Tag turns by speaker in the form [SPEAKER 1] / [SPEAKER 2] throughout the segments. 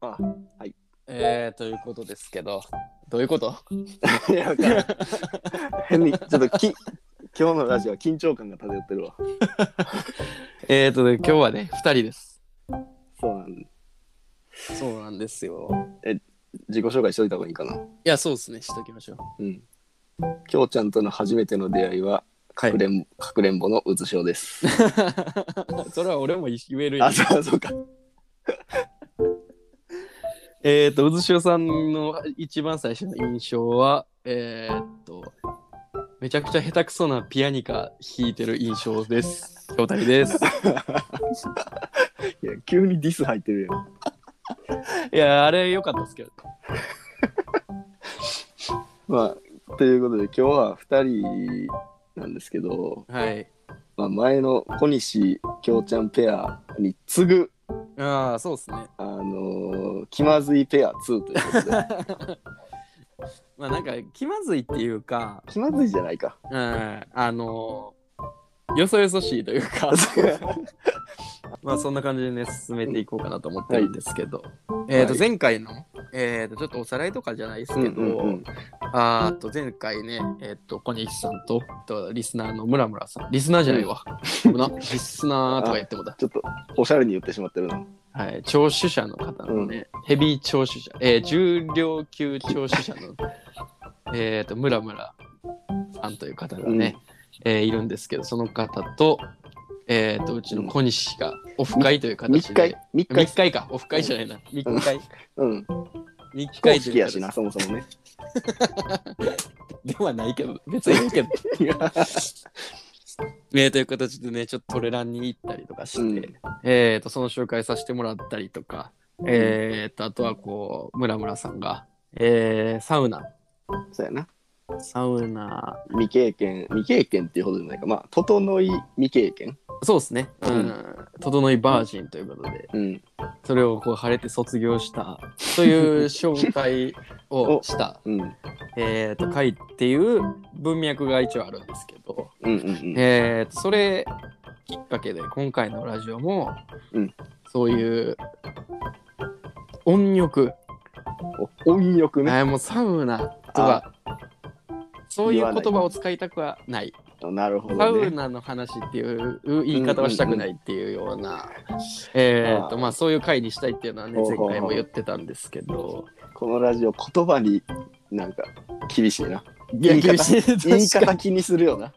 [SPEAKER 1] あ
[SPEAKER 2] えー、ということですけど、どういうこと
[SPEAKER 1] いやわからん変にちょっとき今日のラジオは緊張感が漂ってるわ
[SPEAKER 2] えーと、今日はね、2人です。
[SPEAKER 1] そうなん
[SPEAKER 2] そうなんですよ。
[SPEAKER 1] 自己紹介しといた方がいいかない
[SPEAKER 2] や、そうですね、しときましょう。
[SPEAKER 1] うんきょうちゃんとの初めての出会いは
[SPEAKER 2] は
[SPEAKER 1] かくれん,、かくれんぼのうつしょうです
[SPEAKER 2] それは俺も言えるよ
[SPEAKER 1] あそうそうか
[SPEAKER 2] えーと、うずしおさんの一番最初の印象は、えーと、めちゃくちゃ下手くそなピアニカ弾いてる印象です。京谷 です。
[SPEAKER 1] いや急にディス入ってるよ
[SPEAKER 2] いや、あれ良かったですけど。
[SPEAKER 1] まあということで今日は2人なんですけど、
[SPEAKER 2] はい。
[SPEAKER 1] まあ、前の小西きょうちゃんペアに次ぐ
[SPEAKER 2] ああ、そうですね。
[SPEAKER 1] あのー気まずいペア2というこ とで
[SPEAKER 2] まあなんか気まずいっていうか、
[SPEAKER 1] 気まずいじゃな いか
[SPEAKER 2] うん、あのよそよそしいというかまあそんな感じでね進めていこうかなと思ってるんですけど、えー、と
[SPEAKER 1] はい
[SPEAKER 2] 前回の、えー、とちょっとおさらいとかじゃないですけど、
[SPEAKER 1] うんうんうん
[SPEAKER 2] あーと前回ね、えー、と小西さんととリスナーのムラムラさんリスナーじゃないわ、危なリスナーとか言ってもだ、
[SPEAKER 1] ちょっとおしゃれに言ってしまってるな。
[SPEAKER 2] はい、聴取者の方のね、ヘビー聴取者、えー、重量級聴取者のえーとムラムラさんという方がね、えーいるんですけど、その方と、えー、とうちの小西がオフ会という
[SPEAKER 1] 密
[SPEAKER 2] 形
[SPEAKER 1] 会
[SPEAKER 2] で、
[SPEAKER 1] 密
[SPEAKER 2] 密会
[SPEAKER 1] 会、
[SPEAKER 2] かオフ会じゃないな密会
[SPEAKER 1] うん、
[SPEAKER 2] 密
[SPEAKER 1] 非公
[SPEAKER 2] 会と
[SPEAKER 1] 式
[SPEAKER 2] いう
[SPEAKER 1] やしな、
[SPEAKER 2] 形
[SPEAKER 1] そもそもね。
[SPEAKER 2] ではないけど別にいいけど、
[SPEAKER 1] いや
[SPEAKER 2] えー、という形でねちょっとトレランに行ったりとかして、
[SPEAKER 1] うん
[SPEAKER 2] えー、とその紹介させてもらったりとか、えー、とあとはこうムラムラさんが、えー、サウナ
[SPEAKER 1] そうやな。
[SPEAKER 2] サウナ
[SPEAKER 1] 未経験、未経験っていうほどじゃないか。まあ、整い未経験。
[SPEAKER 2] そうですね、う
[SPEAKER 1] うんん
[SPEAKER 2] 整いバージンということで
[SPEAKER 1] うん。
[SPEAKER 2] それをこう晴れて卒業したという紹介を した
[SPEAKER 1] うん。うん
[SPEAKER 2] えーと回っていう文脈が一応あるんですけど、
[SPEAKER 1] うんうん。
[SPEAKER 2] えーとそれきっかけで今回のラジオも、
[SPEAKER 1] うん
[SPEAKER 2] そういう温浴、
[SPEAKER 1] お音欲ね。
[SPEAKER 2] えーもうサウナとかそういう言葉を使いたくはない
[SPEAKER 1] なるほ
[SPEAKER 2] サ
[SPEAKER 1] ど
[SPEAKER 2] ウ
[SPEAKER 1] ね。
[SPEAKER 2] ナの話っていう言い方はしたくないっていうような、えーと
[SPEAKER 1] あー
[SPEAKER 2] まあそういう回にしたいっていうのはね
[SPEAKER 1] ほ
[SPEAKER 2] 前
[SPEAKER 1] うほうほう
[SPEAKER 2] 回も言ってたんですけど
[SPEAKER 1] このラジオ、言葉になんか厳しいな。
[SPEAKER 2] いや
[SPEAKER 1] 言い
[SPEAKER 2] 厳
[SPEAKER 1] 方
[SPEAKER 2] しい
[SPEAKER 1] 言い
[SPEAKER 2] 確か
[SPEAKER 1] 方気にするよな。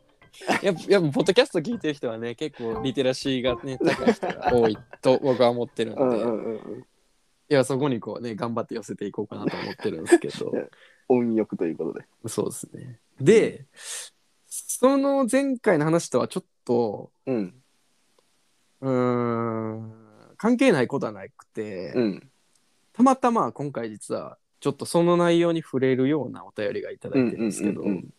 [SPEAKER 2] にやっぱやっぱポッドキャスト聞いてる人はね結構リテラシーがね高い人が多いと僕は思ってるんで、
[SPEAKER 1] うんうんうん。
[SPEAKER 2] いやそこにこうね頑張って寄せていこうかなと思ってるんですけ ど
[SPEAKER 1] 音欲ということで。
[SPEAKER 2] そうですねでその前回の話とはちょっと
[SPEAKER 1] うん。
[SPEAKER 2] うーん関係ないことはなくて、
[SPEAKER 1] うん。
[SPEAKER 2] たまたま今回実はちょっとその内容に触れるようなお便りがいただ
[SPEAKER 1] う
[SPEAKER 2] い
[SPEAKER 1] ん
[SPEAKER 2] てるんですけど、
[SPEAKER 1] うんうんうん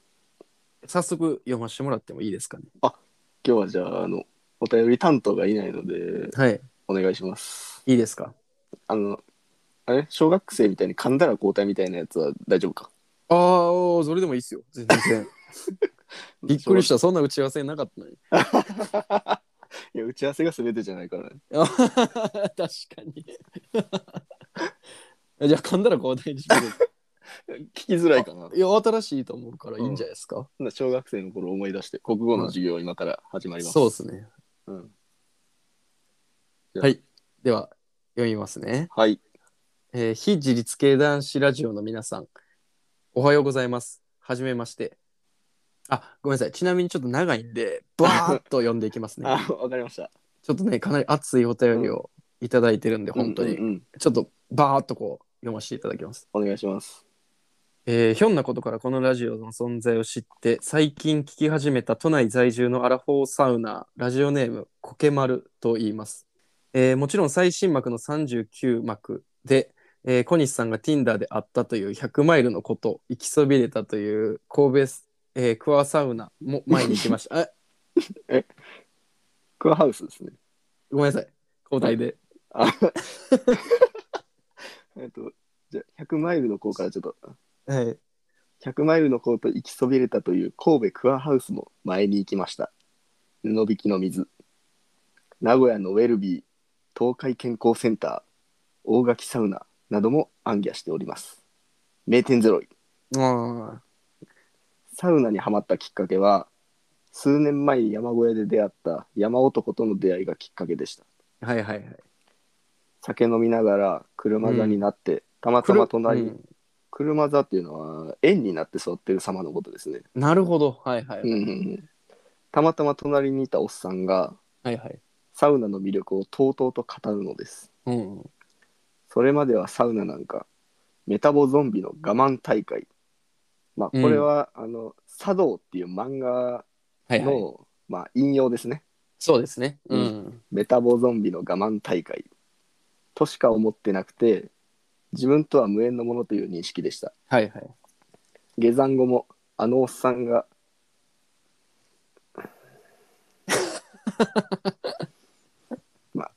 [SPEAKER 2] 早速読ませてもらってもいいですかね
[SPEAKER 1] 今日はじゃあ、あの、お便り担当がいないので、
[SPEAKER 2] はい
[SPEAKER 1] お願いします。
[SPEAKER 2] いいですか
[SPEAKER 1] あの、あれ小学生みたいに噛んだら交代みたいなやつは大丈夫か。
[SPEAKER 2] ああそれでもいいっすよ全然びっくりしたたそんな打ち合わせなかったのに
[SPEAKER 1] いや、打ち合わせが全てじゃないからね。
[SPEAKER 2] あ 確かに じゃあ噛んだら交代にしてくれる
[SPEAKER 1] 聞きづらいかな。
[SPEAKER 2] いや新しいと思うからいいんじゃないですか、
[SPEAKER 1] 小学生の頃思い出して、国語の授業を今から始まります。
[SPEAKER 2] そうですね
[SPEAKER 1] うん。
[SPEAKER 2] はいでは読みますね
[SPEAKER 1] はい。
[SPEAKER 2] えー非自立系男子ラジオの皆さん、おはようございます。はじめまして。あ、ごめんなさい。ちなみにちょっと長いんで、バーッと読んでいきますね。
[SPEAKER 1] あ、わかりました。
[SPEAKER 2] ちょっとね、かなり熱いお便りをいただいてるんで、本当に、
[SPEAKER 1] うんうんうん
[SPEAKER 2] ちょっとバーッとこう、読ませていただきます。
[SPEAKER 1] お願いします。
[SPEAKER 2] えーひょんなことからこのラジオの存在を知って最近聞き始めた都内在住のアラフォーサウナーラジオネームコケマルと言います、えーもちろん最新幕の39幕で、えー小西さんが Tinder で会ったという100マイルのこと行きそびれたという神戸、えークワサウナも前に行きま したあ
[SPEAKER 1] クアハウスですね。
[SPEAKER 2] ごめんなさい交代で
[SPEAKER 1] あえっと、じゃあ100マイルの子からちょっと。
[SPEAKER 2] はい
[SPEAKER 1] 100マイルのコート行きそびれたという神戸クアハウスも前に行きました布引きの水名古屋のウェルビー東海健康センター大垣サウナなども暗記しております名店ゼロイ
[SPEAKER 2] あ
[SPEAKER 1] サウナにはまったきっかけは数年前に山小屋で出会った山男との出会いがきっかけでした
[SPEAKER 2] あはいはいはい
[SPEAKER 1] 酒飲みながら車座になって、たまたま隣、
[SPEAKER 2] うん
[SPEAKER 1] 車座っていうのは円になって座ってる様のことですね、
[SPEAKER 2] なるほどはいはい、
[SPEAKER 1] うんうんうんたまたま隣にいたおっさんが
[SPEAKER 2] はいはい
[SPEAKER 1] サウナの魅力をとうとうと語るのです
[SPEAKER 2] うん
[SPEAKER 1] それまではサウナなんかメタボゾンビの我慢大会まあこれは、あの「茶道」っていう漫画
[SPEAKER 2] はい
[SPEAKER 1] の、
[SPEAKER 2] はい
[SPEAKER 1] まあ、引用ですね
[SPEAKER 2] そうですねう、
[SPEAKER 1] うんメタボゾンビの我慢大会としか思ってなくて自分とは無縁のものという認識でした
[SPEAKER 2] はいはい
[SPEAKER 1] 下山後もあのおっさんが まあ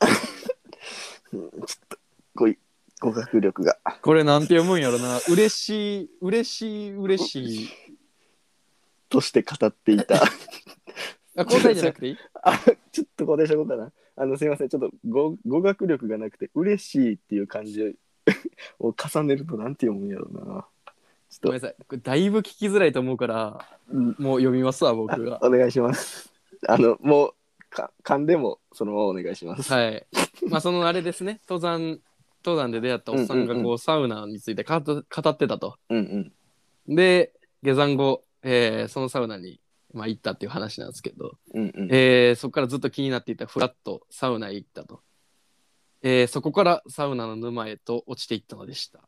[SPEAKER 1] うんちょっとこい語学力が
[SPEAKER 2] これなんて読むんやろな嬉しい嬉しい嬉しい
[SPEAKER 1] として語っていた
[SPEAKER 2] あ交代じゃなくていい
[SPEAKER 1] あちょっとこれしたことだなあのすいませんちょっと語語学力がなくて嬉しいっていう感じを 重ねるとなんて読むんやろうなち
[SPEAKER 2] ご
[SPEAKER 1] ょっ
[SPEAKER 2] めんなさいこれだいぶ聞きづらいと思うから
[SPEAKER 1] と、うん
[SPEAKER 2] もう読みますわ僕が
[SPEAKER 1] お願いしますあのもうか噛んでもそのままお願いします
[SPEAKER 2] はいまあそのあれですね登山登山で出会ったおっさんがこう,、
[SPEAKER 1] うんうん
[SPEAKER 2] サウナについてかと語ってたと
[SPEAKER 1] うんうん
[SPEAKER 2] で下山後、えーそのサウナに、まあ、行ったっていう話なんですけど、
[SPEAKER 1] うんうん
[SPEAKER 2] えーそこからずっと気になっていたフラットサウナへ行ったと、えーそこからサウナの沼へと落ちていったのでした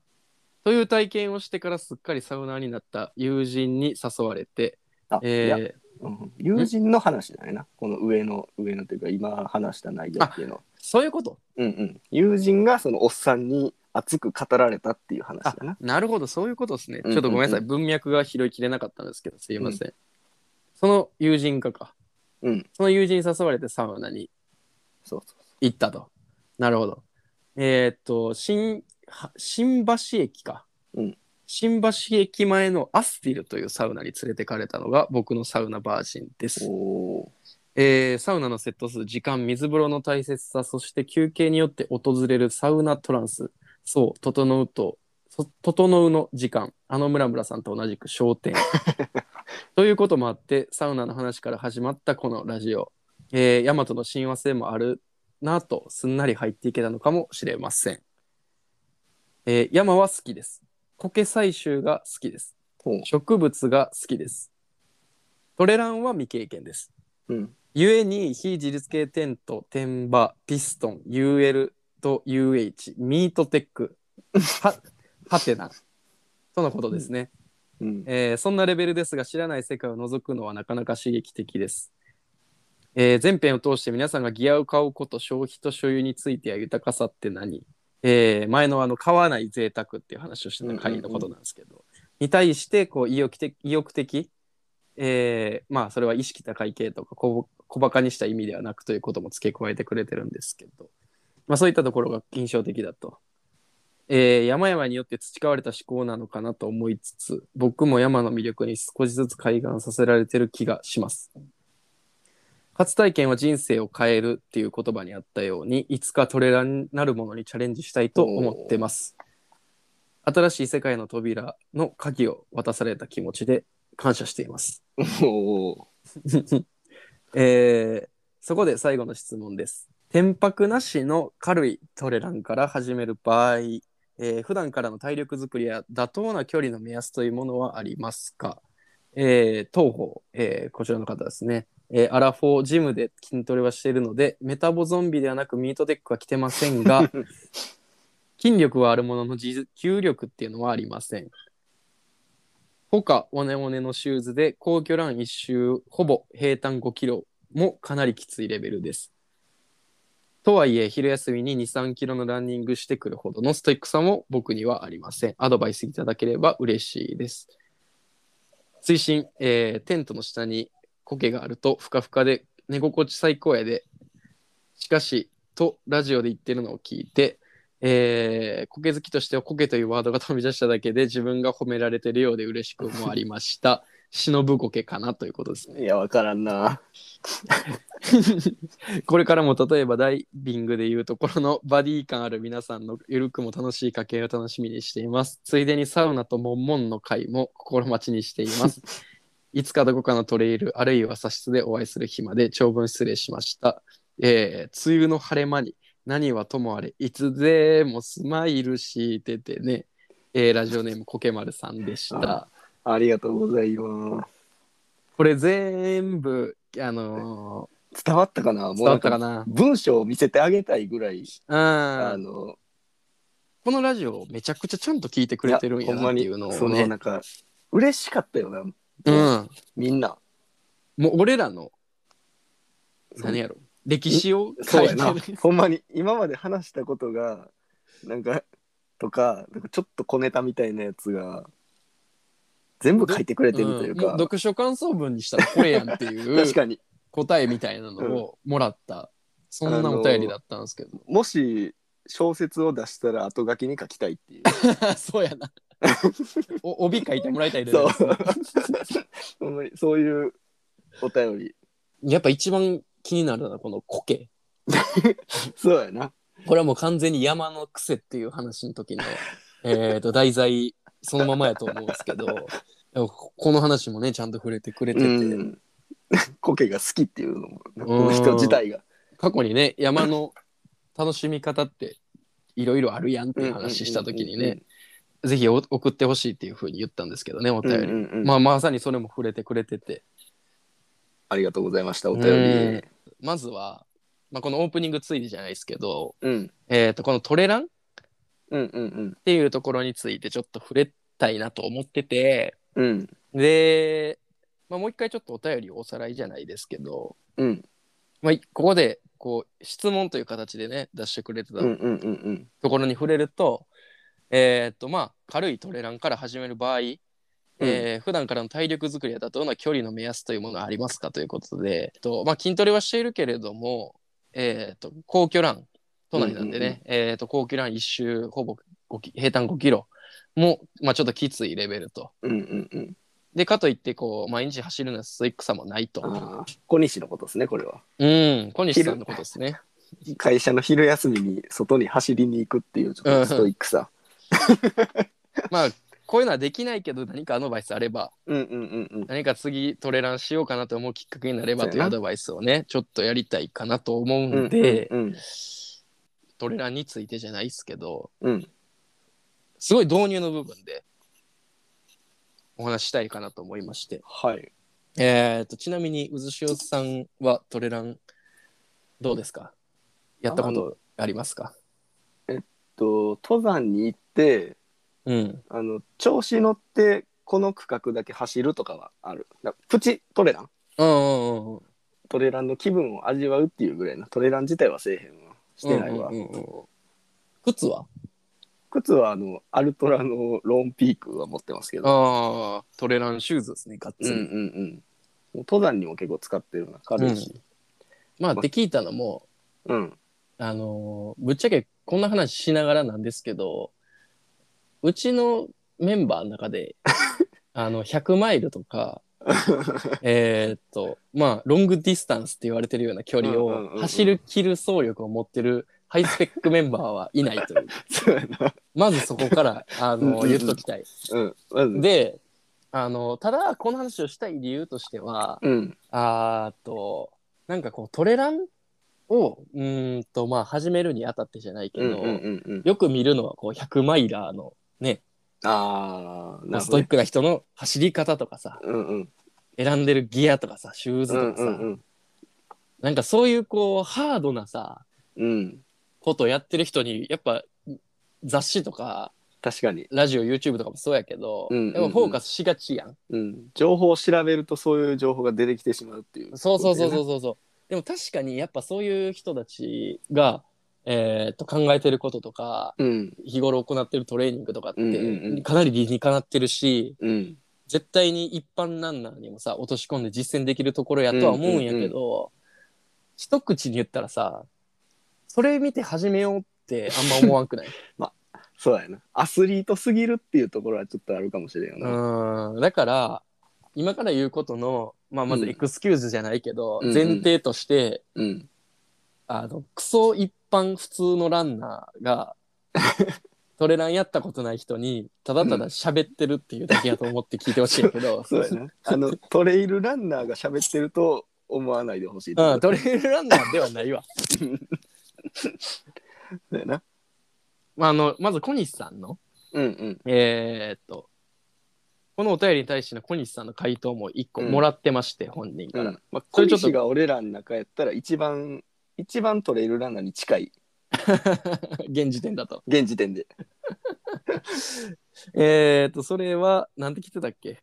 [SPEAKER 2] という体験をしてからすっかりサウナーになった友人に誘われて、
[SPEAKER 1] あ、いや、
[SPEAKER 2] えー
[SPEAKER 1] うん友人の話じゃないなこの上の上のというか今話した内容っていうの
[SPEAKER 2] そういうこと
[SPEAKER 1] うんうん友人がそのおっさんに熱く語られたっていう話だな
[SPEAKER 2] なるほどそういうことですね、
[SPEAKER 1] うんうんうん
[SPEAKER 2] ちょっとごめんなさい文脈が拾いきれなかったんですけどすいません、その友人かか
[SPEAKER 1] うん
[SPEAKER 2] その友人に誘われてサウナに
[SPEAKER 1] そうそう
[SPEAKER 2] 行ったと。なるほど。えーっと、新、は新橋駅か。
[SPEAKER 1] うん
[SPEAKER 2] 新橋駅前のアスティルというサウナに連れてかれたのが僕のサウナバージンです。
[SPEAKER 1] お
[SPEAKER 2] えーサウナのセット数、時間、水風呂の大切さ、そして休憩によって訪れるサウナトランス。そう、整うと、そ整うの時間。あの村村さんと同じく商店。ということもあって、サウナの話から始まったこのラジオ。えー、大和の親和性もあるなぁと、すんなり入っていけたのかもしれません。えー、山は好きです。苔採集が好きです。
[SPEAKER 1] ほう
[SPEAKER 2] 植物が好きです。トレランは未経験です。
[SPEAKER 1] うん
[SPEAKER 2] 故に非自立系テント、テンバ、ピストン、UL と UH、ミートテック、は、 はてな、とのことですね、
[SPEAKER 1] うん
[SPEAKER 2] えーそんなレベルですが、知らない世界を覗くのはなかなか刺激的です。えー前編を通して皆さんがギアを買うこと、消費と所有については豊かさって何、えー前のあの買わない贅沢っていう話をしてた会のことなんですけど、に対してこう意欲的、意欲的、えーまあそれは意識高い系とか小小バカにした意味ではなくということも付け加えてくれてるんですけど、まあ、そういったところが印象的だと、えー山々によって培われた思考なのかなと思いつつ僕も山の魅力に少しずつ開眼させられてる気がします初体験は人生を変えるっていう言葉にあったようにいつかトレーラーになるものにチャレンジしたいと思ってます新しい世界の扉の鍵を渡された気持ちで感謝しています
[SPEAKER 1] おー
[SPEAKER 2] えーそこで最後の質問です。天白なしの軽いトレランから始める場合、えー普段からの体力づくりや妥当な距離の目安というものはありますか、えー東方、えーこちらの方ですね、えーアラフォージムで筋トレはしているので、メタボゾンビではなくミートテックは来てませんが、筋力はあるものの持久力っていうのはありません。他、おねおねのシューズで皇居ラン1周、ほぼ平坦5キロもかなりきついレベルです。とはいえ、昼休みに2、3キロのランニングしてくるほどのストイックさも僕にはありません。アドバイスいただければ嬉しいです。推進、えーテントの下に苔があるとふかふかで寝心地最高やで。しかし、とラジオで言ってるのを聞いて、えー、苔好きとしては苔というワードが飛び出しただけで自分が褒められてるようで嬉しくもありました。忍ぶゴケかなということですね。
[SPEAKER 1] いや、わからんな。
[SPEAKER 2] これからも例えばダイビングでいうところのバディ感ある皆さんのゆるくも楽しい家計を楽しみにしています。ついでにサウナとモンモンの会も心待ちにしています。 いつかどこかのトレイルあるいは茶室でお会いする日まで長文失礼しました。えー、梅雨の晴れ間に何はともあれいつでもスマイルしててね。えーラジオネームコケマルさんでした。
[SPEAKER 1] ありがとうございます。
[SPEAKER 2] これ全部あの
[SPEAKER 1] 伝わったかな
[SPEAKER 2] ー、
[SPEAKER 1] も
[SPEAKER 2] 伝
[SPEAKER 1] うな
[SPEAKER 2] わ
[SPEAKER 1] ん
[SPEAKER 2] ったか
[SPEAKER 1] か
[SPEAKER 2] な。
[SPEAKER 1] 文章を見せてあげたいぐらい、
[SPEAKER 2] うん
[SPEAKER 1] あ。の、
[SPEAKER 2] このラジオめちゃくちゃちゃんと聞いてくれてるんやなっていうの
[SPEAKER 1] そ
[SPEAKER 2] を
[SPEAKER 1] の
[SPEAKER 2] ね
[SPEAKER 1] な。んか、嬉しかったよな、
[SPEAKER 2] うん。
[SPEAKER 1] みんな。
[SPEAKER 2] もう俺らの
[SPEAKER 1] そう
[SPEAKER 2] 何やろ歴史を
[SPEAKER 1] そう
[SPEAKER 2] 書いて
[SPEAKER 1] やな
[SPEAKER 2] る。。
[SPEAKER 1] ほんまに、今まで話したことが、なんか、とか、なんかちょっと小ネタみたいなやつが、全部書いてくれてるという
[SPEAKER 2] うんも
[SPEAKER 1] か、
[SPEAKER 2] 読書感想文にしたらこれやんってい
[SPEAKER 1] 確
[SPEAKER 2] う
[SPEAKER 1] かに、
[SPEAKER 2] 答えみたいなのをもらった。そんなお便りだったんですけど。
[SPEAKER 1] もし小説を出したら後書きに書きたいっていう。
[SPEAKER 2] そう やな。お帯書いてもらいたいです
[SPEAKER 1] そう。 ほんまにそういうお便り。
[SPEAKER 2] やっぱ一番気になるのはこの苔。
[SPEAKER 1] そうやな。
[SPEAKER 2] これはもう完全に山の癖っていう話の 時のえーと題材そのままやと思うんですけどでもここの話もねちゃんと触れてくれてて、
[SPEAKER 1] うん。コケが好きっていうのも、この人自体が。
[SPEAKER 2] 過去にね山の楽しみ方っていろいろあるやんっていう話した時にねぜひお送ってほしいっていうふうに言ったんですけどねお
[SPEAKER 1] うん
[SPEAKER 2] 便
[SPEAKER 1] う
[SPEAKER 2] り、
[SPEAKER 1] んうん。
[SPEAKER 2] まあ、まさにそれも触れてくれてて
[SPEAKER 1] ありがとうございました、お便
[SPEAKER 2] う
[SPEAKER 1] り
[SPEAKER 2] ん。まずは、まあ、このオープニングついでじゃないですけど、
[SPEAKER 1] うん。
[SPEAKER 2] えー、とこのトレランっ
[SPEAKER 1] うんうん
[SPEAKER 2] ていうところについてちょっと触れたいなと思ってて。
[SPEAKER 1] うん。うん。
[SPEAKER 2] で、まあ、もう一回ちょっとお便りをおさらいじゃないですけど、
[SPEAKER 1] うん
[SPEAKER 2] まあ、いここでこう質問という形でね出してくれてた
[SPEAKER 1] うんうんうんうん。
[SPEAKER 2] ところに触れると、えーっとまあ軽いトレランから始める場合、えー普段からの体力作りや妥当な距離の目安というものはありますかということで、えっとまあ、筋トレはしているけれども、えーっと皇居ラン都内なんでね、えーっと皇居ラン1周ほぼ5キ平坦5キロも、まあ、ちょっときついレベルと。
[SPEAKER 1] うんうんうん。
[SPEAKER 2] で、かといって、こう、毎日走るのはスイックさもないと。
[SPEAKER 1] ああ、小西のことですね、これは。
[SPEAKER 2] うん、小西さんのことですね。
[SPEAKER 1] 会社の昼休みに外に走りに行くっていうちょっとストイックさ。
[SPEAKER 2] まあ、こういうのはできないけど、何かアドバイスあれば、
[SPEAKER 1] うんうんうんうん。
[SPEAKER 2] 何か次トレランしようかなと思うきっかけになれば
[SPEAKER 1] そう
[SPEAKER 2] と
[SPEAKER 1] や
[SPEAKER 2] いう
[SPEAKER 1] な
[SPEAKER 2] アドバイスをね、ちょっとやりたいかなと思う
[SPEAKER 1] うん
[SPEAKER 2] んで、
[SPEAKER 1] うんうん
[SPEAKER 2] トレランについてじゃないですけど、
[SPEAKER 1] うん
[SPEAKER 2] すごい導入の部分でお話ししたいかなと思いまして。
[SPEAKER 1] はい。
[SPEAKER 2] えっと、ちなみに、渦潮さんはトレラン、どうですかやったことありますか
[SPEAKER 1] と登山に行って
[SPEAKER 2] うん。
[SPEAKER 1] あの調子乗ってこの区画だけ走るとかはあるだプチトレラン
[SPEAKER 2] うんうんうんうん。
[SPEAKER 1] トレランの気分を味わうっていうぐらいなトレラン自体はせえへんわしてないわ、
[SPEAKER 2] うんうんうんうん靴は
[SPEAKER 1] 靴はあのアルトラのローンピークは持ってますけど
[SPEAKER 2] ああ、トレランシューズですね、ガッ
[SPEAKER 1] うん
[SPEAKER 2] ツ
[SPEAKER 1] うん
[SPEAKER 2] リ。
[SPEAKER 1] うんもう登山にも結構使ってるな軽いし
[SPEAKER 2] まあ、って聞いたのも、
[SPEAKER 1] うん、
[SPEAKER 2] あのーぶっちゃけこんな話しながらなんですけど、うちのメンバーの中 で、あの、100マイルとか、えーっと、まあ、ロングディスタンスって言われてるような距離
[SPEAKER 1] うんうんうんう
[SPEAKER 2] を
[SPEAKER 1] ん
[SPEAKER 2] 走る切る走力を持ってるハイスペックメンバーはいないと いう。
[SPEAKER 1] そうやな
[SPEAKER 2] まずそこから、あ
[SPEAKER 1] うんうん
[SPEAKER 2] の
[SPEAKER 1] うん
[SPEAKER 2] 言っときたい。
[SPEAKER 1] うんまず
[SPEAKER 2] であのただこの話をしたい理由としては
[SPEAKER 1] うん
[SPEAKER 2] あーっとなんかこうトレランをうーんとまあ始めるにあたってじゃないけ
[SPEAKER 1] うん
[SPEAKER 2] ど、
[SPEAKER 1] うんうんうん
[SPEAKER 2] よく見るのはこう100マイラーの
[SPEAKER 1] ああなる
[SPEAKER 2] ス
[SPEAKER 1] ほ
[SPEAKER 2] トイ
[SPEAKER 1] ど
[SPEAKER 2] ックな人の走り方とかさ
[SPEAKER 1] うんうん
[SPEAKER 2] 選んでるギアとかさシューズ
[SPEAKER 1] う
[SPEAKER 2] と
[SPEAKER 1] ん
[SPEAKER 2] かさ、
[SPEAKER 1] うんうん
[SPEAKER 2] なんかそういうこうハードなさ
[SPEAKER 1] うん
[SPEAKER 2] ことをやってる人にやっぱ雑誌とか
[SPEAKER 1] 確かに、
[SPEAKER 2] ラジオ YouTube とかもそうやけど、
[SPEAKER 1] うんうんうん
[SPEAKER 2] やっぱフォーカスしがちやん。
[SPEAKER 1] うん、情報を調べるとそういう情報が出てきてしまうっていう
[SPEAKER 2] そうそうそうそううそうそう。でも確かにやっぱそういう人たちが、えーっと考えてることとか
[SPEAKER 1] うん
[SPEAKER 2] 日頃行ってるトレーニングとかっ
[SPEAKER 1] うんうんう
[SPEAKER 2] て
[SPEAKER 1] ん
[SPEAKER 2] かなり理にかなってるし、
[SPEAKER 1] うん
[SPEAKER 2] 絶対に一般ランナーにもさ落とし込んで実践できるところやとは思うんやけど、一口に言ったらさそれ見て始めようってあんま思わん くない
[SPEAKER 1] そうやなアスリートすぎるっていうところはちょっとあるかもしれんよな
[SPEAKER 2] うんだから今から言うことの、まあ、まず
[SPEAKER 1] うん
[SPEAKER 2] エクスキューズじゃないけど、
[SPEAKER 1] うんうん
[SPEAKER 2] 前提として、
[SPEAKER 1] うん。
[SPEAKER 2] あの、クソ一般普通のランナー が、トレランやったことない人に、ただただ喋ってるっていうだけやと思って聞いてほしいんやけ ど、
[SPEAKER 1] そうやな。あの、トレイルランナーが喋ってると思わないでほしい。
[SPEAKER 2] うん、トレイルランナーではない わ。
[SPEAKER 1] そうやな。
[SPEAKER 2] まあ、あの、まず小西さんの、
[SPEAKER 1] うんうん。
[SPEAKER 2] えーっと、このお便りに対しての小西さんの回答も一個
[SPEAKER 1] うん
[SPEAKER 2] もらってまして、本人
[SPEAKER 1] う
[SPEAKER 2] から。
[SPEAKER 1] ん、まあ、
[SPEAKER 2] そ
[SPEAKER 1] 小
[SPEAKER 2] れちょっと
[SPEAKER 1] 西が俺らの中やったら一番、一番トレイルランナーに近い。
[SPEAKER 2] 現時点だと。
[SPEAKER 1] 現時点で。
[SPEAKER 2] えーっと、それは、なんて来てたっけ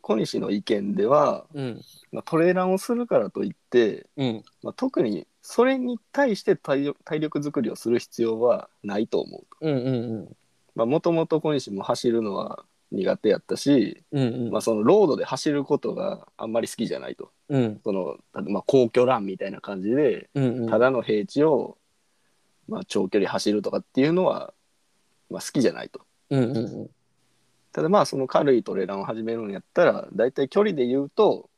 [SPEAKER 1] 小西の意見では、
[SPEAKER 2] うん。
[SPEAKER 1] まあ、トレーランをするからといって、
[SPEAKER 2] うん。
[SPEAKER 1] まあ、特にそれに対して体力体力作りをする必要はないと思うと
[SPEAKER 2] うんうん
[SPEAKER 1] まあもともと小西も走るのは苦手やったし、
[SPEAKER 2] うん。うん
[SPEAKER 1] まあ、そのロードで走ることがあんまり好きじゃないと
[SPEAKER 2] うん。
[SPEAKER 1] そのまあ皇居ランみたいな感じで
[SPEAKER 2] うんうん。
[SPEAKER 1] ただの平地を、まあ、長距離走るとかっていうのは、まあ、好きじゃないと
[SPEAKER 2] うんうんうん。
[SPEAKER 1] ただまあその軽いトレーランを始めるんやったらだいたい距離で言うと、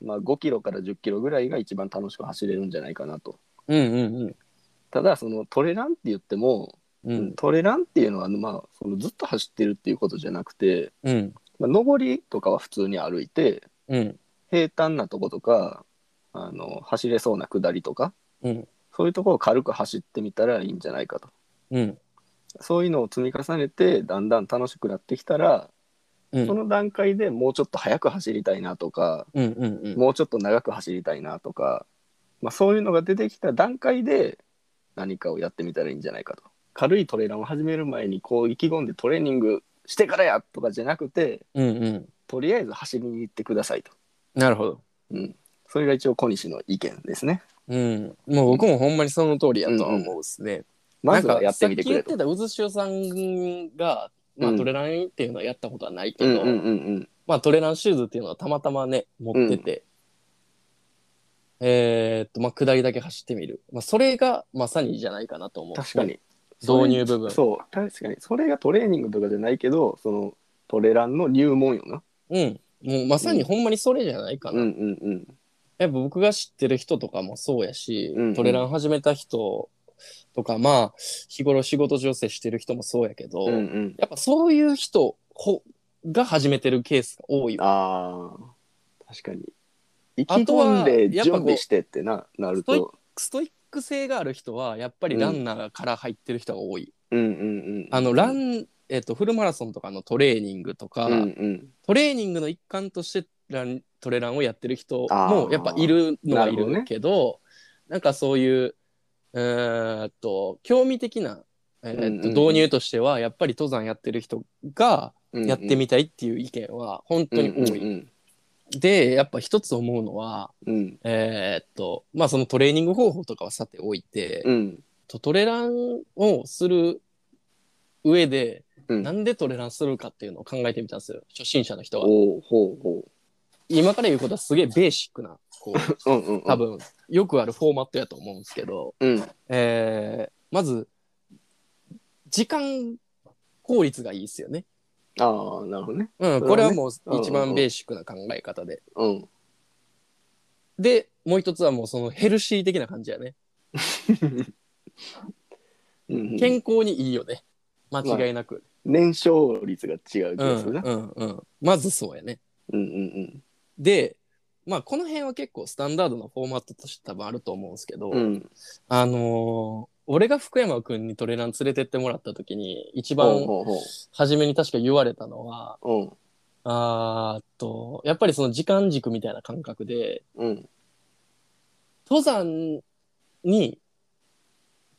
[SPEAKER 1] まあ、5キロから1 0キロぐらいが一番楽しく走れるんじゃないかなと
[SPEAKER 2] うんうん
[SPEAKER 1] ただそのトレランって言っても、
[SPEAKER 2] うん。うん
[SPEAKER 1] トレランっていうのは、まあ、そのずっと走ってるっていうことじゃなくて、
[SPEAKER 2] うん
[SPEAKER 1] まあ、上りとかは普通に歩いて
[SPEAKER 2] うん
[SPEAKER 1] 平坦なとことかあの走れそうな下りとか
[SPEAKER 2] うん
[SPEAKER 1] そういうところを軽く走ってみたらいいんじゃないかと
[SPEAKER 2] うん
[SPEAKER 1] そういうのを積み重ねてだんだん楽しくなってきたら、
[SPEAKER 2] うん
[SPEAKER 1] その段階でもうちょっと速く走りたいなとか
[SPEAKER 2] うんうん
[SPEAKER 1] もうちょっと長く走りたいなとか、まあ、そういうのが出てきた段階で何かをやってみたらいいんじゃないかと軽いトレーランを始める前にこう意気込んでトレーニングしてからやとかじゃなくて
[SPEAKER 2] うんうん。
[SPEAKER 1] とりあえず走りに行ってくださいと、
[SPEAKER 2] なるほど。
[SPEAKER 1] うん、それが一応小西の意見ですね
[SPEAKER 2] うん。もう僕もほんまにその通りやとは思うですね。
[SPEAKER 1] まずはやってみてくれと
[SPEAKER 2] なんかさっき言ってた渦潮さんが、まあ、
[SPEAKER 1] うん
[SPEAKER 2] トレランっていうのはやったことはないけ
[SPEAKER 1] うん
[SPEAKER 2] ど、
[SPEAKER 1] うんうんうん
[SPEAKER 2] まあ、トレランシューズっていうのはたまたまね持ってて、えーっとまあ下りだけ走ってみる、まあ、それがまさにじゃないかなと思う
[SPEAKER 1] 確かに
[SPEAKER 2] 導入部分
[SPEAKER 1] そう確かにそれがトレーニングとかじゃないけどそのトレランの入門よな
[SPEAKER 2] うんもうまさにほんまにそれじゃないか
[SPEAKER 1] う
[SPEAKER 2] な、
[SPEAKER 1] んうんうん
[SPEAKER 2] やっぱ僕が知ってる人とかもそうやし、
[SPEAKER 1] うんうん
[SPEAKER 2] トレラン始めた人とかまあ日頃仕事調整してる人もそうやけど、
[SPEAKER 1] うんうん
[SPEAKER 2] やっぱそういう人ほが始めてるケースが多いわ
[SPEAKER 1] あー確かに意気
[SPEAKER 2] あとは
[SPEAKER 1] 込んで
[SPEAKER 2] やっぱこう
[SPEAKER 1] 準備してってななると
[SPEAKER 2] ストイック性がある人はやっぱりランナーから入ってる人が多い、
[SPEAKER 1] うんうんうん
[SPEAKER 2] あのラン、えっとフルマラソンとかのトレーニングとか、
[SPEAKER 1] うんうん
[SPEAKER 2] トレーニングの一環としてラントレランをやってる人
[SPEAKER 1] あ
[SPEAKER 2] も
[SPEAKER 1] ー
[SPEAKER 2] やっぱいるのはい
[SPEAKER 1] なるほど
[SPEAKER 2] る
[SPEAKER 1] ね
[SPEAKER 2] けどなんかそういううーんと興味的な、えーっと
[SPEAKER 1] うんうんうん
[SPEAKER 2] 導入としてはやっぱり登山やってる人が
[SPEAKER 1] うんうん
[SPEAKER 2] やってみたいっていう意見は本当に多い。
[SPEAKER 1] うん
[SPEAKER 2] でやっぱ一つ思うのは
[SPEAKER 1] うん
[SPEAKER 2] えーっとまあそのトレーニング方法とかはさておいて、
[SPEAKER 1] うん
[SPEAKER 2] とトレランをする上で、
[SPEAKER 1] うん
[SPEAKER 2] なんでトレランするかっていうのを考えてみたんですよ初心者の人は。
[SPEAKER 1] おうほうほ
[SPEAKER 2] 今から言うことはすげえベーシックなこう
[SPEAKER 1] ううんうんうん
[SPEAKER 2] 多分よくあるフォーマットやと思うんですけど、
[SPEAKER 1] うん
[SPEAKER 2] えーまず時間効率がいいですよね。
[SPEAKER 1] ああなるほどね
[SPEAKER 2] うん、
[SPEAKER 1] ね
[SPEAKER 2] これはもう
[SPEAKER 1] うんうん
[SPEAKER 2] 一番ベーシックな考え方で。
[SPEAKER 1] うん
[SPEAKER 2] でもう一つはもうそのヘルシー的な感じやね。
[SPEAKER 1] うんうん
[SPEAKER 2] 健康にいいよね間違いなく。
[SPEAKER 1] 燃焼率が違う気
[SPEAKER 2] うん
[SPEAKER 1] がす
[SPEAKER 2] う
[SPEAKER 1] るなん
[SPEAKER 2] うん、まずそうやね。
[SPEAKER 1] うんうん
[SPEAKER 2] でまあこの辺は結構スタンダードなフォーマットとして多分あると思うんですけど、
[SPEAKER 1] うんうん
[SPEAKER 2] あのー俺が福山君にトレラン連れてってもらった時に一
[SPEAKER 1] ほう
[SPEAKER 2] 番
[SPEAKER 1] ほうほ
[SPEAKER 2] 初めに確か言われたのは
[SPEAKER 1] う
[SPEAKER 2] あーっとやっぱりその時間軸みたいな感覚で
[SPEAKER 1] うんうん
[SPEAKER 2] 登山に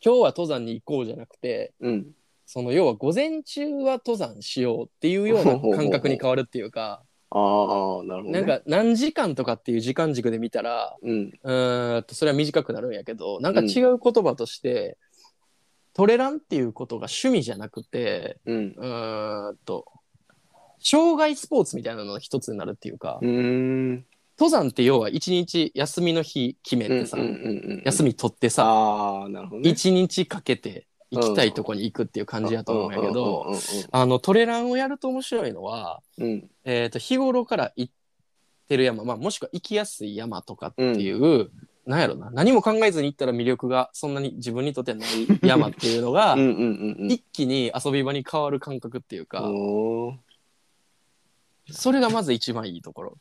[SPEAKER 2] 今日は登山に行こうじゃなくて
[SPEAKER 1] うん
[SPEAKER 2] その要は午前中は登山しようっていうような感覚に変わるっていうか
[SPEAKER 1] ああなるほ
[SPEAKER 2] な
[SPEAKER 1] どね
[SPEAKER 2] んか何時間とかっていう時間軸で見たら
[SPEAKER 1] うん
[SPEAKER 2] うーんとそれは短くなるんやけどなんか違う言葉として、トレランっていうことが趣味じゃなくて
[SPEAKER 1] うん
[SPEAKER 2] うーんと障害スポーツみたいなのの一つになるっていうか、
[SPEAKER 1] うーん
[SPEAKER 2] 登山って要は一日休みの日決めてさ、
[SPEAKER 1] うんうんうんうん
[SPEAKER 2] 休み取ってさ
[SPEAKER 1] ああなるほどね
[SPEAKER 2] 一、日かけて行きたいとこに行くっていう感じやと思うんやけど、
[SPEAKER 1] うんうん
[SPEAKER 2] あのトレランをやると面白いのは、
[SPEAKER 1] うんうんうん
[SPEAKER 2] えー、と日頃から行ってる山、まあ、もしくは行きやすい山とかっていう、なんやろな何も考えずに行ったら魅力がそんなに自分にとってはない山っていうのが、
[SPEAKER 1] うんうんうんうん
[SPEAKER 2] 一気に遊び場に変わる感覚っていうか、
[SPEAKER 1] おー
[SPEAKER 2] それがまず一番いいところ。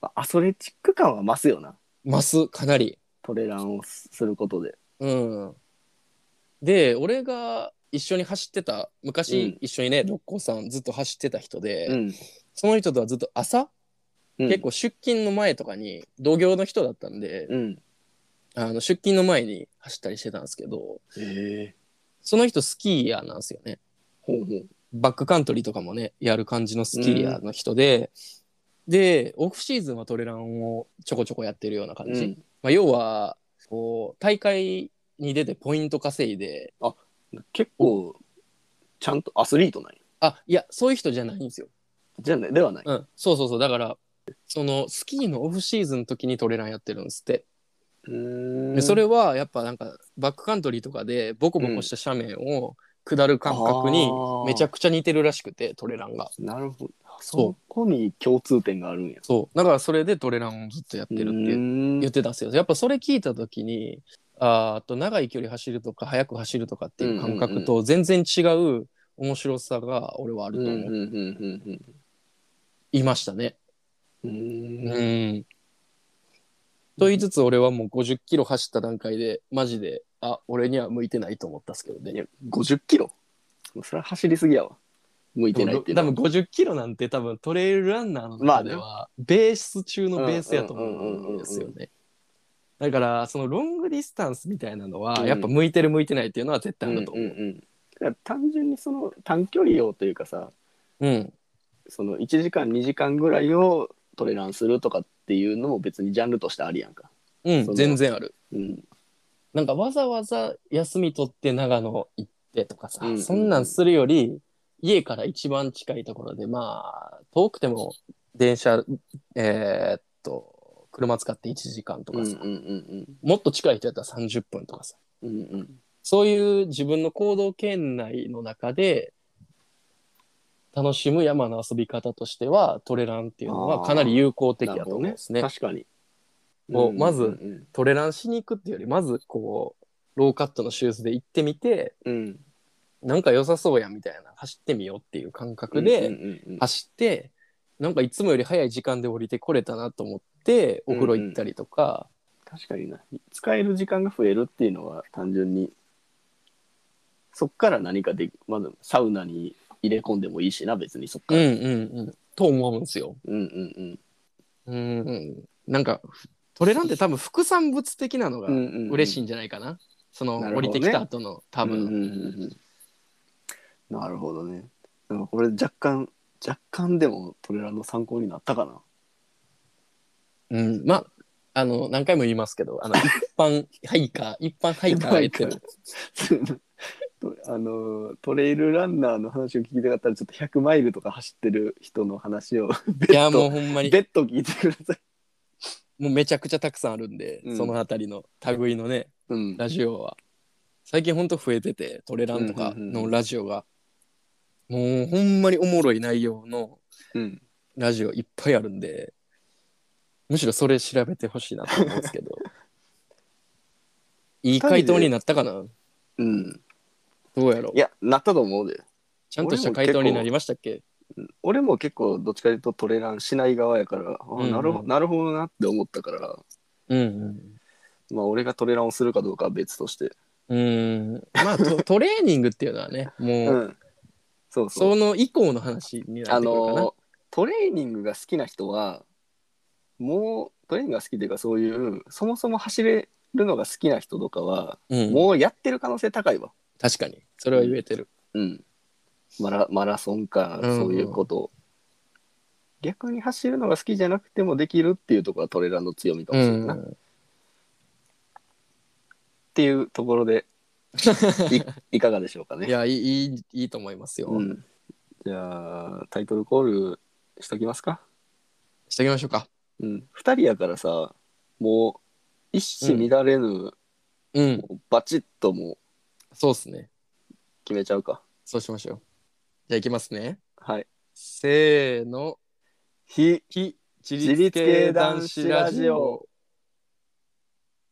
[SPEAKER 1] まあアスレチック感は増すよな
[SPEAKER 2] ますかなり。
[SPEAKER 1] トレランをすることで
[SPEAKER 2] うん、で俺が一緒に走ってた昔、
[SPEAKER 1] うん
[SPEAKER 2] 一緒にね六甲山ずっと走ってた人で、
[SPEAKER 1] うん、
[SPEAKER 2] その人とはずっと朝、
[SPEAKER 1] うん、
[SPEAKER 2] 結構出勤の前とかに同業の人だったんで、
[SPEAKER 1] うん
[SPEAKER 2] あの出勤の前に走ったりしてたんですけど
[SPEAKER 1] へえ
[SPEAKER 2] その人スキーヤーなんですよね。
[SPEAKER 1] ほうほう
[SPEAKER 2] バックカントリーとかもねやる感じのスキーヤーの人で、でオフシーズンはトレランをちょこちょこやってるような感じ、
[SPEAKER 1] うん
[SPEAKER 2] まあ、要はこう大会に出てポイント稼いで
[SPEAKER 1] 結構ちゃんとアスリートない
[SPEAKER 2] あいやそういう人じゃないんですよ、
[SPEAKER 1] じゃあねではない
[SPEAKER 2] うん、そうそうそうだからそのスキーのオフシーズンの時にトレランやってるんですって、
[SPEAKER 1] うー
[SPEAKER 2] で
[SPEAKER 1] ん
[SPEAKER 2] それはやっぱなんかバックカントリーとかでボコボコした斜面を下る感覚にめちゃくちゃ似てるらしくてトレランが
[SPEAKER 1] なるほど
[SPEAKER 2] そう
[SPEAKER 1] そこに共通点があるんや
[SPEAKER 2] そうだからそれでトレランをずっとやってるっていう言
[SPEAKER 1] う
[SPEAKER 2] ってたんですよ。やっぱそれ聞いた時にあーあと長い距離走るとか速く走るとかっていう感覚と全然違う面白さが俺はある
[SPEAKER 1] うん
[SPEAKER 2] と
[SPEAKER 1] うん
[SPEAKER 2] 思
[SPEAKER 1] うん
[SPEAKER 2] いましたね。
[SPEAKER 1] うんう
[SPEAKER 2] うん
[SPEAKER 1] んうん
[SPEAKER 2] と言いつつ俺はもう50キロ走った段階でマジであ俺には向いてないと思ったっすけど
[SPEAKER 1] い
[SPEAKER 2] ね。
[SPEAKER 1] や50キロそれは走りすぎやわ向い
[SPEAKER 2] で
[SPEAKER 1] てない
[SPEAKER 2] も
[SPEAKER 1] っていう
[SPEAKER 2] 多
[SPEAKER 1] のは
[SPEAKER 2] 分50キロなんて多分トレイルランナーの中ではベース中のベースやと思うんですよね。だからそのロングディスタンスみたいなのはやっぱ向いてる向いてないっていうのは絶対あると思う。
[SPEAKER 1] んんんだから単純にその短距離をというかさ
[SPEAKER 2] うん
[SPEAKER 1] その1時間2時間ぐらいをトレランするとかっていうのも別にジャンルとしてありやんか、
[SPEAKER 2] う
[SPEAKER 1] そ
[SPEAKER 2] ん、
[SPEAKER 1] の
[SPEAKER 2] 全然ある。
[SPEAKER 1] うん、
[SPEAKER 2] なんかわざわざ休み取って長野行ってとかさ、
[SPEAKER 1] うんうんうん
[SPEAKER 2] そんなんするより、家から一番近いところで、まあ、遠くても電車、えーっと、車使って1時間と
[SPEAKER 1] う
[SPEAKER 2] か
[SPEAKER 1] んうん
[SPEAKER 2] さ、
[SPEAKER 1] うん
[SPEAKER 2] もっと近い人やったら30分とかさ、
[SPEAKER 1] うんうんうん
[SPEAKER 2] そういう自分の行動圏内の中で、楽しむ山の遊び方としては、トレランっていうのはかなり有効的だと思うんですね。
[SPEAKER 1] 確かに
[SPEAKER 2] もうまず
[SPEAKER 1] うん
[SPEAKER 2] トレランしに行くっていうより、まずこう、ローカットのシューズで行ってみて、
[SPEAKER 1] うん
[SPEAKER 2] なんか良さそうやんみたいな走ってみようっていう感
[SPEAKER 1] う
[SPEAKER 2] 覚
[SPEAKER 1] ん
[SPEAKER 2] で
[SPEAKER 1] うんうんうん
[SPEAKER 2] 走って、なんかいつもより早い時間で降りてこれたなと思ってお風呂行ったりとか、
[SPEAKER 1] 確かにな使える時間が増えるっていうのは単純にそっから何かでまずサウナに入れ込んでもいいしな別にそっ
[SPEAKER 2] う
[SPEAKER 1] か
[SPEAKER 2] ん、
[SPEAKER 1] ら、
[SPEAKER 2] うんうんと思うんですよ。
[SPEAKER 1] うんうん
[SPEAKER 2] うんうん、なんかトレランって多分副産物的なのが
[SPEAKER 1] うんうんうん
[SPEAKER 2] 嬉しいんじゃないかな、その
[SPEAKER 1] なる
[SPEAKER 2] 降
[SPEAKER 1] ほど
[SPEAKER 2] り
[SPEAKER 1] ね
[SPEAKER 2] てきた後の多分、
[SPEAKER 1] うんうんうんうん、なるほどねなんかこれ若干若干でもトレランの参考になったかな
[SPEAKER 2] うんまああの何回も言いますけどあ の一般ハイカー一般ハイカーが言ってる
[SPEAKER 1] とあのトレイルランナーの話を聞きたかったらちょっと100マイルとか走ってる人の話を
[SPEAKER 2] いやもうほんまに
[SPEAKER 1] 別途聞いてください、
[SPEAKER 2] もうめちゃくちゃたくさんあるんで、
[SPEAKER 1] うん
[SPEAKER 2] その辺りの類のね
[SPEAKER 1] うん、
[SPEAKER 2] ラジオは最近ほんと増えててトレランとかのラジオが、もうほんまにおもろい内容の
[SPEAKER 1] うん
[SPEAKER 2] ラジオいっぱいあるんでむしろそれ調べてほしいなと思うんですけ どいい回答になったかな
[SPEAKER 1] うん、
[SPEAKER 2] どうやろ
[SPEAKER 1] いやなったと思うで
[SPEAKER 2] ちゃんとした回答になりましたっけ
[SPEAKER 1] 俺も結構どっちかというとトレランしない側やから、あ
[SPEAKER 2] うんうん
[SPEAKER 1] なるほなるほどなって思ったから
[SPEAKER 2] うんうん
[SPEAKER 1] まあ俺がトレランをするかどうかは別として
[SPEAKER 2] うーんまあト トレーニングっていうのはね
[SPEAKER 1] う
[SPEAKER 2] もう、
[SPEAKER 1] んそうそう
[SPEAKER 2] その以降の話にな
[SPEAKER 1] あ
[SPEAKER 2] ってくるかな、
[SPEAKER 1] のトレーニングが好きな人はもうトレーニングが好きというかそういうそもそも走れるのが好きな人とかは、
[SPEAKER 2] うん、
[SPEAKER 1] もうやってる可能性高いわ、
[SPEAKER 2] 確かにそれは言えてる、
[SPEAKER 1] うん、マラマラソンか
[SPEAKER 2] うんうん
[SPEAKER 1] そういうこと、逆に走るのが好きじゃなくてもできるっていうところはトレランの強みかもしれないな、っ
[SPEAKER 2] うん
[SPEAKER 1] ていうところ でいいかがでしょうかね
[SPEAKER 2] いやいいいいいいと思いますよ、
[SPEAKER 1] うん、じゃあタイトルコールしときますか
[SPEAKER 2] しておきましょうか。
[SPEAKER 1] うん、2人やからさもう一糸乱れぬ、
[SPEAKER 2] うん、
[SPEAKER 1] バチッともう
[SPEAKER 2] そうっすね。
[SPEAKER 1] 決めちゃうか
[SPEAKER 2] そうしましょう。じゃあ行きますね。
[SPEAKER 1] はい
[SPEAKER 2] せーの、
[SPEAKER 1] ひ
[SPEAKER 2] ひ、自
[SPEAKER 1] 自立系男子ラジオ。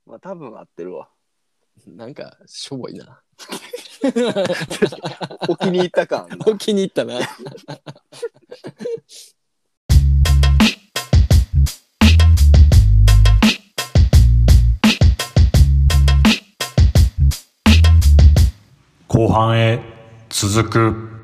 [SPEAKER 1] まあ多分合って るわ。
[SPEAKER 2] なんかしょぼいな
[SPEAKER 1] お気に入った感あんな。
[SPEAKER 2] お気に入ったな
[SPEAKER 3] 後半へ続く。